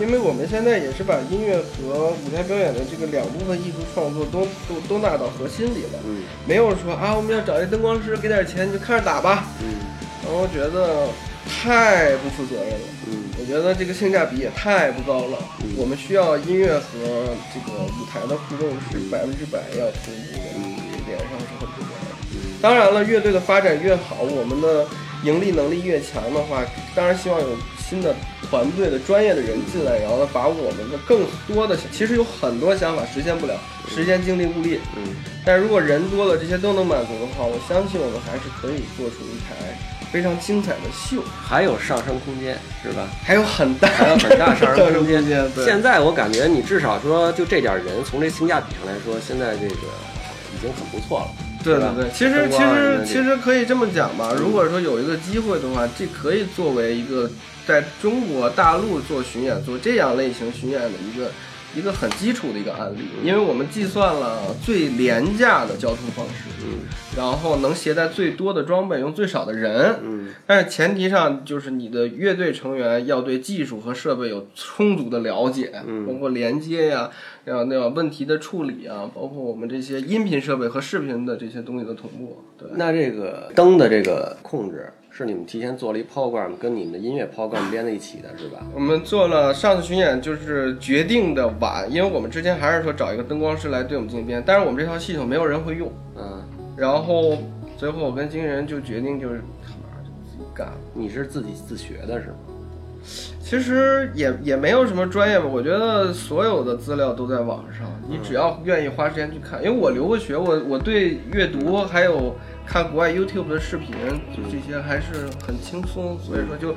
Speaker 3: 因为我们现在也是把音乐和舞台表演的这个两部分艺术创作都都都纳到核心里了，
Speaker 1: 嗯
Speaker 3: 没有说啊我们要找一灯光师给点钱你就开始打吧，
Speaker 1: 嗯
Speaker 3: 然后觉得太不负责任了。
Speaker 1: 嗯
Speaker 3: 我觉得这个性价比也太不高了。我们需要音乐和这个舞台的互动是百分之百要同步的，这一点上是很不重要的。当然了，乐队的发展越好，我们的盈利能力越强的话，当然希望有新的团队的专业的人进来，然后呢，把我们的更多的，其实有很多想法实现不了，时间、精力、物力。
Speaker 1: 嗯
Speaker 3: 但如果人多了，这些都能满足的话，我相信我们还是可以做出一台非常精彩的秀，
Speaker 1: 还有上升空间是吧？
Speaker 3: 还有很大
Speaker 1: 还有很大上升空间。
Speaker 3: 间 对，
Speaker 1: 现在我感觉你至少说就这点人，从这性价比上来说，现在这个已经很不错了。
Speaker 3: 对
Speaker 1: 是
Speaker 3: 对
Speaker 1: 吧
Speaker 3: 对，其实
Speaker 1: 灯
Speaker 3: 其
Speaker 1: 光啊什么
Speaker 3: 实
Speaker 1: 的
Speaker 3: 其实可以这么讲吧，如果说有一个机会的话，这可以作为一个在中国大陆做巡演、做这样类型巡演的一个一个很基础的一个案例，因为我们计算了最廉价的交通方式，然后能携带最多的装备，用最少的人，
Speaker 1: 嗯
Speaker 3: 但是前提上就是你的乐队成员要对技术和设备有充足的了解，
Speaker 1: 嗯
Speaker 3: 包括连接呀、然后那种问题的处理啊，包括我们这些音频设备和视频的这些东西的同步。对，
Speaker 1: 那这个灯的这个控制是你们提前做了一 program，跟你们的音乐 program 连在一起的是吧？
Speaker 3: 我们做了上次巡演就是决定的晚，因为我们之前还是说找一个灯光师来对我们进行编，但是我们这套系统没有人会用，
Speaker 1: 嗯，
Speaker 3: 然后最后我跟经纪人就决定就是他妈就自己干了。
Speaker 1: 你是自己自学的是吗？
Speaker 3: 其实也也没有什么专业吧，我觉得所有的资料都在网上，你只要愿意花时间去看。因为我留过学，我我对阅读还有看国外 YouTube 的视频就这些还是很轻松，所以说就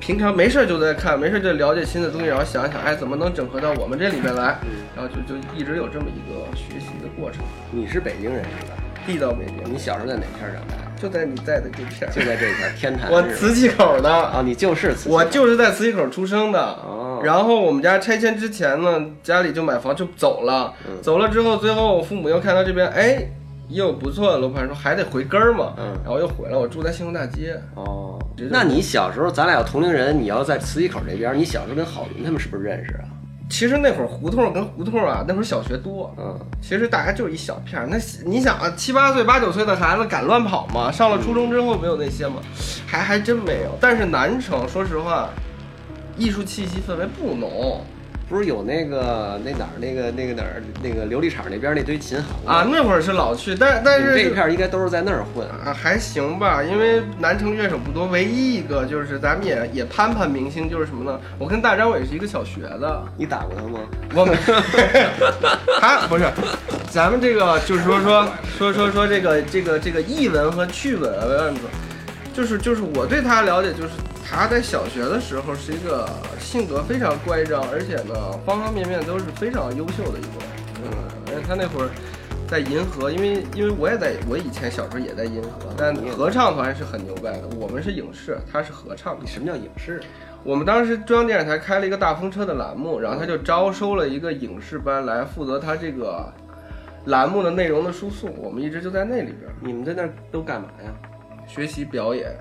Speaker 3: 平常没事儿就在看，没事儿就了解新的东西，然后想一想，哎，怎么能整合到我们这里面来，然后就就一直有这么一个学习的过程。
Speaker 1: 你是北京人是吧？
Speaker 3: 地道北京，
Speaker 1: 你小时候在哪片儿长大的？
Speaker 3: 就在你在的这片
Speaker 1: 就
Speaker 3: 儿，
Speaker 1: 在这片儿天坛。
Speaker 3: 我
Speaker 1: 是吧
Speaker 3: 磁器口的
Speaker 1: 啊，你就是磁
Speaker 3: 我
Speaker 1: 器
Speaker 3: 就是在磁器口出生的
Speaker 1: 哦，
Speaker 3: 然后我们家拆迁之前呢，家里就买房就走了，
Speaker 1: 嗯
Speaker 3: 走了之后，最后我父母又看到这边，哎，也有不错的楼盘，说还得回根儿嘛，
Speaker 1: 嗯
Speaker 3: 然后又回来，我住在新丰大街，
Speaker 1: 哦，那你小时候，咱俩要同龄人，你要在磁器口这边，你小时候跟郝云他们是不是认识啊？
Speaker 3: 其实那会儿胡同跟胡同啊，那会儿小学多，
Speaker 1: 嗯，
Speaker 3: 其实大家就是一小片儿。那你想啊，七八岁、八九岁的孩子敢乱跑吗？上了初中之后没有那些吗？还还真没有。但是南城，说实话，艺术气息氛围不浓。
Speaker 1: 不是有那个那哪儿那个那个哪儿那个琉璃厂那边那堆琴行吗
Speaker 3: 啊，，那会儿是老去，但但
Speaker 1: 你
Speaker 3: 是
Speaker 1: 们这一片儿应该都是在那儿混。
Speaker 3: 啊，还行吧，因为南城乐手不多，唯一一个就是咱们也也攀攀明星，就是什么呢？我跟大张伟是一个小学的，
Speaker 1: 你打过他吗？
Speaker 3: 我们 他不是，咱们这个就是说说说说说这个这个这个译文和趣闻案子，就是就是我对他了解就是。他在小学的时候是一个性格非常乖张，而且呢方方面面都是非常优秀的一个人。嗯，而且他那会儿在银河，因为因为我也在我以前小时候也在银河，但合唱团是很牛掰的。我们是影视，他是合唱团。
Speaker 1: 什么叫影视？
Speaker 3: 我们当时中央电视台开了一个大风车的栏目，然后他就招收了一个影视班来负责他这个栏目的内容的输送。我们一直就在那里边
Speaker 1: 你们在那儿都干嘛呀？
Speaker 3: 学习表演。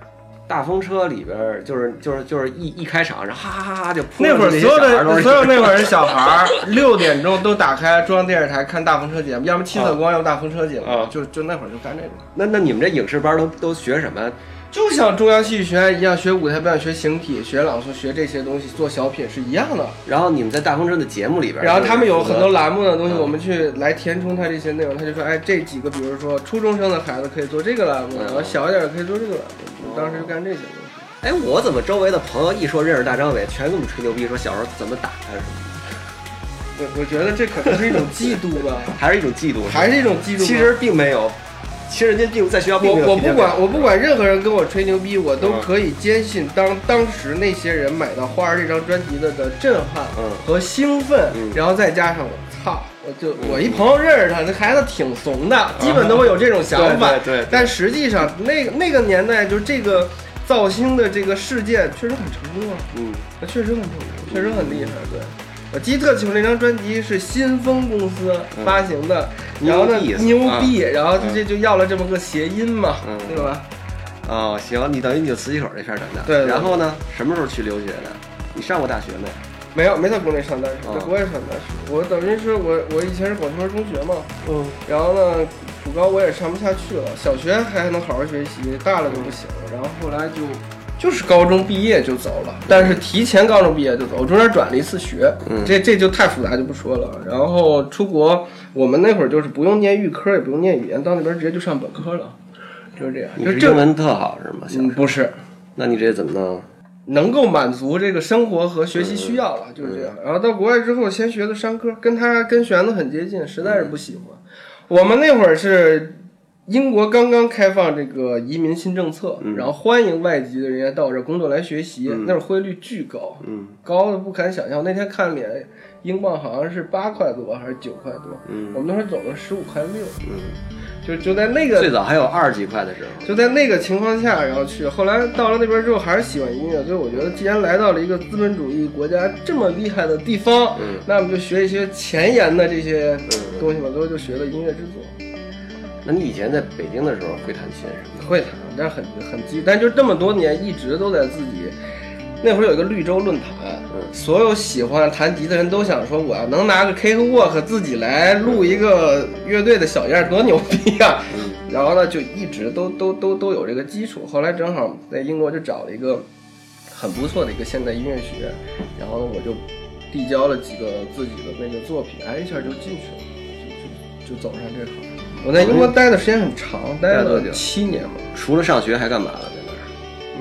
Speaker 1: 大风车里边儿就是就是就是一一开场，然后哈哈哈哈就扑
Speaker 3: 那会
Speaker 1: 上
Speaker 3: 儿
Speaker 1: 去
Speaker 3: 所有
Speaker 1: 那些小孩儿都
Speaker 3: 的
Speaker 1: 是
Speaker 3: 所有那会儿的小孩 儿六点钟都打开中央电视台看大风车节目，要么七色光，要么大风车节目，
Speaker 1: 啊
Speaker 3: 就就那会儿就干这个。
Speaker 1: 那那你们这影视班儿都都学什么？
Speaker 3: 就像中央戏剧学院一样，学舞台表演、学形体、学朗诵、学这些东西，做小品是一样的。啊
Speaker 1: 然后你们在大风车的节目里边儿，
Speaker 3: 然后他们有很多
Speaker 1: 老
Speaker 3: 栏目的东西，
Speaker 1: 嗯
Speaker 3: 我们去来填充它这些内容。他就说，哎，这几个，比如说初中生的孩子可以做这个栏目，
Speaker 1: 嗯
Speaker 3: 然后小一点的可以做这个栏目。我们当时就干这些东西。
Speaker 1: 哎，我怎么周围的朋友一说认识大张伟，全给我们吹牛逼，说小时候怎么打他什么
Speaker 3: 我我觉得这可能是一种嫉妒 吧，
Speaker 1: 的，还是一种嫉妒，吧
Speaker 3: 还是一种嫉妒吧。
Speaker 1: 其实并没有，其实人家并在学校并
Speaker 3: 我
Speaker 1: 没有
Speaker 3: 我
Speaker 1: 提前
Speaker 3: 不
Speaker 1: 表
Speaker 3: 管
Speaker 1: 现
Speaker 3: 我不管任何人跟我吹牛逼，我都可以坚信当当时那些人买到《花儿》这张专辑的的震撼
Speaker 1: 嗯
Speaker 3: 和兴奋，
Speaker 1: 嗯
Speaker 3: 然后再加上我操，我就我一朋友认识他，那孩子挺怂的，基本都会有这种想法。
Speaker 1: 啊 对对对对
Speaker 3: 但实际上那个那个年代就这个造星的这个事件确实很成功啊。
Speaker 1: 嗯
Speaker 3: 那确实很成功，确实很厉害。对，我记得特清楚那张专辑是新风公司发行的，
Speaker 1: 嗯
Speaker 3: 然后呢
Speaker 1: 牛逼
Speaker 3: 牛逼，然后这就要了这么个谐音嘛，
Speaker 1: 嗯
Speaker 3: 对吧？
Speaker 1: 哦，行，你等于你就磁器口这片儿长大，
Speaker 3: 对对对
Speaker 1: 然后呢，什么时候去留学的？你上过大学没？
Speaker 3: 没有，没在国内上大学，
Speaker 1: 啊
Speaker 3: 在国外上大学。我等于是我我以前是广东中学嘛，
Speaker 1: 嗯，
Speaker 3: 然后呢，初高我也上不下去了，小学还能好好学习，大了就不行了。然后后来就就是高中毕业就走了，但是提前高中毕业就走，我中间转了一次学，
Speaker 1: 嗯
Speaker 3: 这这就太复杂就不说了。然后出国，我们那会儿就是不用念预科，也不用念语言，到那边直接就上本科了，就是这样。
Speaker 1: 你
Speaker 3: 就是这
Speaker 1: 英文特好是吗？小时
Speaker 3: 嗯
Speaker 1: 候
Speaker 3: 不是，
Speaker 1: 那你这怎么弄？
Speaker 3: 能够满足这个生活和学习需
Speaker 1: 嗯
Speaker 3: 要了，就是这样。然后到国外之后，先学的山歌，跟他跟弦子很接近，实在是不喜欢。我们那会儿是英国刚刚开放这个移民新政策，
Speaker 1: 嗯
Speaker 3: 然后欢迎外籍的人员到我这儿工作来学习，那会儿汇率巨高，
Speaker 1: 嗯
Speaker 3: 高的不堪想象。那天看脸，英镑好像是八块多还是九块多，
Speaker 1: 嗯
Speaker 3: 我们那会儿走了十五块六，就就在那个
Speaker 1: 最早还有二十几块的时候，
Speaker 3: 就在那个情况下，然后去。后来到了那边之后，还是喜欢音乐，所以我觉得，既然来到了一个资本主义国家这么厉害的地方，
Speaker 1: 嗯
Speaker 3: 那我们就学一些前沿的这些东西吧。最后就学了音乐制作，
Speaker 1: 那你以前在北京的时候会弹琴什么的？
Speaker 3: 会弹，但是很很基，但就这么多年一直都在自己。那会儿有一个绿洲论坛，所有喜欢弹吉的人都想说，我要能拿个 Cakewalk 自己来录一个乐队的小样儿，多牛逼啊！
Speaker 1: 嗯
Speaker 3: 然后呢，就一直都都都都有这个基础。后来正好在英国就找了一个很不错的一个现代音乐学院，然后呢，我就递交了几个自己的那个作品，哎，一下就进去了，就就就走上这行。我在英国待的时间很长，待
Speaker 1: 待多
Speaker 3: 了
Speaker 1: 久
Speaker 3: 七年吧。
Speaker 1: 除了上学还干嘛了？在那儿？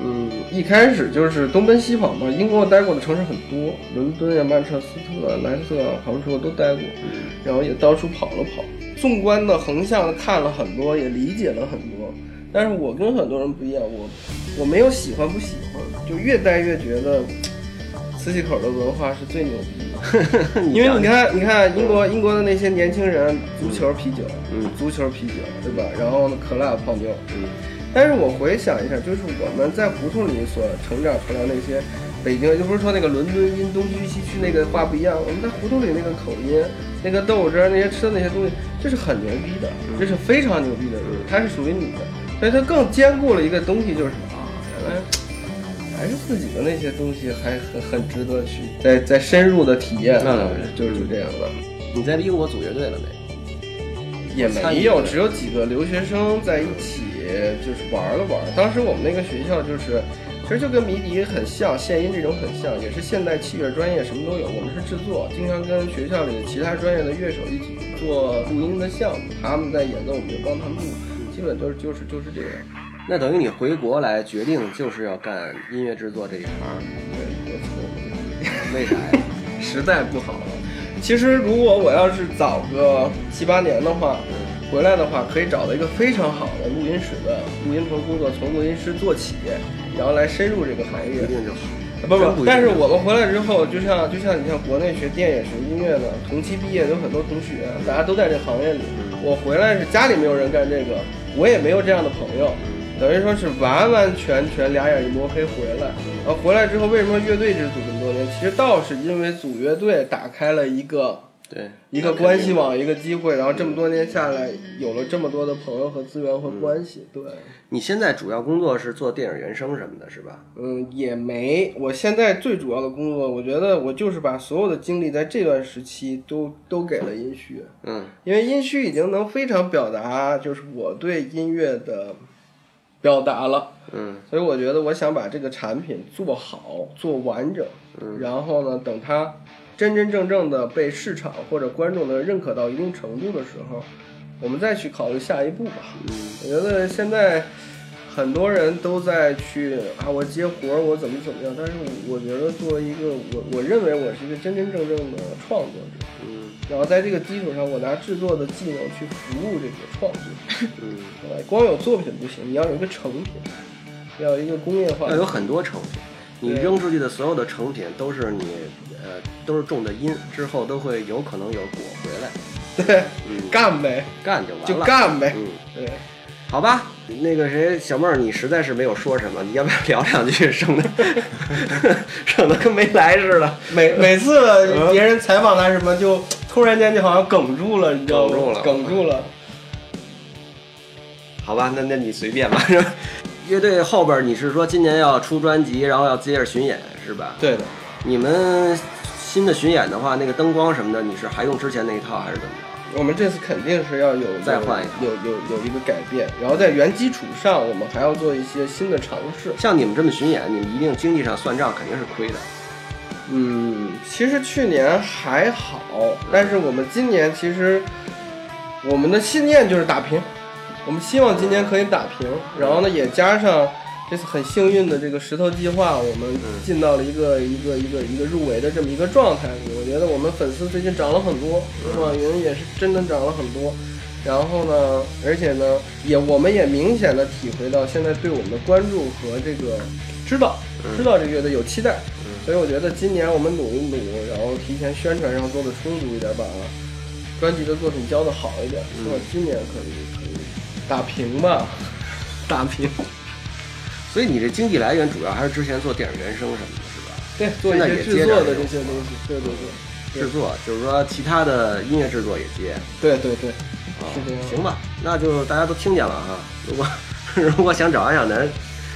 Speaker 3: 嗯，一开始就是东奔西跑嘛。英国我待过的城市很多，伦敦呀、曼彻斯特、啊莱斯特、杭州我都待过，
Speaker 1: 嗯
Speaker 3: 然后也到处跑了跑。纵观的、横向的看了很多，也理解了很多。但是我跟很多人不一样，我我没有喜欢不喜欢，就越待越觉得磁器口的文化是最牛 逼的。 因为你看，你看英国英国的那些年轻人，足球、啤酒，
Speaker 1: 嗯
Speaker 3: 足球、啤酒，对吧？然后呢，可乐、泡妞，但是我回想一下，就是我们在胡同里所成长出来那些北京，就不是说那个伦敦音、东区、西区那个话不一样，我们在胡同里那个口音、那个豆汁儿、那些吃的那些东西，这是很牛逼的，这是非常牛逼的，它是属于你的，所以它更兼顾了一个东西，就是啊，原来。还是自己的那些东西还很很值得去再再深入的体验，啊
Speaker 1: 那当然
Speaker 3: 就是这样的。
Speaker 1: 你在英国组乐队了没？
Speaker 3: 也
Speaker 1: 参与
Speaker 3: 没有，
Speaker 1: 的
Speaker 3: 只有几个留学生在一起就是玩了玩。当时我们那个学校就是，其实就跟迷笛很像，现音这种很像，也是现代器乐专业什么都有。我们是制作，经常跟学校里的其他专业的乐手一起做录音的项目，他们在演奏，我们就帮他们录，基本就是就是就是这样。
Speaker 1: 那等于你回国来决定就是要干音乐制作这一行，
Speaker 3: 对，我我
Speaker 1: 为啥呀？
Speaker 3: 实在不好了。其实如果我要是早个七八年的话，
Speaker 1: 嗯
Speaker 3: 回来的话可以找到一个非常好的录音室的录音棚工作，从录音师做起，然后来深入这个行业
Speaker 1: 一。定就好。
Speaker 3: 不
Speaker 1: 真不
Speaker 3: 不，
Speaker 1: 一定
Speaker 3: 但是我们回来之后，就像就像你像国内学电影、学音乐的，同期毕业的有很多同学，大家都在这行业里。我回来是家里没有人干这个，我也没有这样的朋友，等于说是完完全全俩眼一摸黑回来。然后回来之后，为什么乐队只组这么多年？其实倒是因为组乐队打开了一个
Speaker 1: 对，
Speaker 3: 一个关系网，一个机会，然后这么多年下来，有了这么多的朋友和资源和关系，对。
Speaker 1: 你现在主要工作是做电影原声什么的，是吧？
Speaker 3: 嗯，也没。我现在最主要的工作，我觉得我就是把所有的精力在这段时期都都给了音序，
Speaker 1: 嗯
Speaker 3: 因为音序已经能非常表达，就是我对音乐的表达了。
Speaker 1: 嗯
Speaker 3: 所以我觉得我想把这个产品做好、做完整，然后呢，等它真真正正的被市场或者观众的认可到一定程度的时候，我们再去考虑下一步吧。我觉得现在很多人都在去啊，我接活儿，我怎么怎么样，但是我我觉得作为一个我我认为我是一个真真正正的创作者，
Speaker 1: 嗯
Speaker 3: 然后在这个基础上，我拿制作的技能去服务这个创作。
Speaker 1: 嗯，
Speaker 3: 对吧呃光有作品不行，你要有一个成品，要有一个工业化
Speaker 1: 要。有很多成品，你
Speaker 3: 对
Speaker 1: 扔出去的所有的成品都是你呃都是种的因，之后都会有可能有果回来。
Speaker 3: 对，
Speaker 1: 嗯，
Speaker 3: 干呗，
Speaker 1: 干就完了，
Speaker 3: 就。干呗。
Speaker 1: 嗯，
Speaker 3: 对，
Speaker 1: 好吧，那个谁，小妹儿，你实在是没有说什么，你要不要聊两句？省得省得跟 没来似的。
Speaker 3: 每每次
Speaker 1: 嗯
Speaker 3: 别人采访他什么，就突然间就好像哽住了，你知道吗？
Speaker 1: 哽住了
Speaker 3: 哽住了。
Speaker 1: 好吧，那那你随便吧。 是吧乐队后边儿你是说今年要出专辑，然后要接着巡演是吧？
Speaker 3: 对的，
Speaker 1: 你们新的巡演的话，那个灯光什么的，你是还用之前那一套还是怎么着？
Speaker 3: 我们这次肯定是要有
Speaker 1: 再换一
Speaker 3: 有有有一个改变，然后在原基础上，我们还要做一些新的尝试。
Speaker 1: 像你们这么巡演，你们一定经济上算账肯定是亏的。
Speaker 3: 嗯，其实去年还好，但是我们今年其实我们的信念就是打平，我们希望今年可以打平，然后呢也加上这次很幸运的这个石头计划，我们进到了一个一个一个一个入围的这么一个状态里。我觉得我们粉丝最近涨了很多，网云也是真的涨了很多。然后呢，而且呢，也我们也明显的体会到现在对我们的关注和这个知道知道这个乐队有期待，所以我觉得今年我们努一努，然后提前宣传上做的充足一点，把专辑的作品交的好一点，希望今年可以可以打平吧， 打平。
Speaker 1: 所以你这经济来源主要还是之前做电影原声什么的，是吧？
Speaker 3: 对，做一
Speaker 1: 现在
Speaker 3: 些
Speaker 1: 也
Speaker 3: 制
Speaker 1: 接
Speaker 3: 作
Speaker 1: 着
Speaker 3: 的
Speaker 1: 这
Speaker 3: 这
Speaker 1: 种
Speaker 3: 些东西，对对对，
Speaker 1: 制作就是说其他的音乐制作也接
Speaker 3: 对对对，
Speaker 1: 啊
Speaker 3: 是这样，
Speaker 1: 行吧，那就大家都听见了啊。 如果如果想找安小楠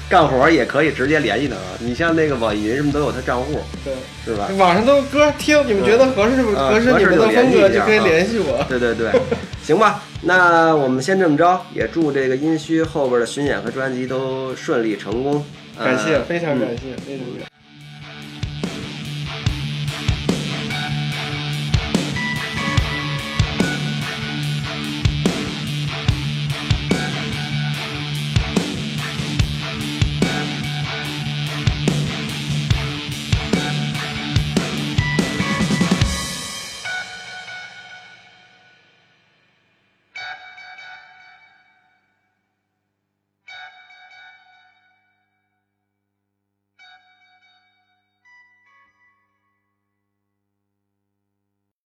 Speaker 1: 干活儿，也可以直接联系他啊。你像那个网易云什么都有他账户，
Speaker 3: 对。
Speaker 1: 是吧？
Speaker 3: 网上都歌听，你们觉得合适不
Speaker 1: 嗯啊
Speaker 3: 合适
Speaker 1: 合
Speaker 3: 你
Speaker 1: 适
Speaker 3: 们
Speaker 1: 就
Speaker 3: 的风
Speaker 1: 联系
Speaker 3: 格
Speaker 1: 一
Speaker 3: 就
Speaker 1: 下
Speaker 3: 可以
Speaker 1: 啊
Speaker 3: 联系我。
Speaker 1: 对对对，行吧，那我们先这么着，也祝这个殷墟后边的巡演和专辑都顺利成功。呃
Speaker 3: 啊嗯感谢，非常感谢，非常感谢。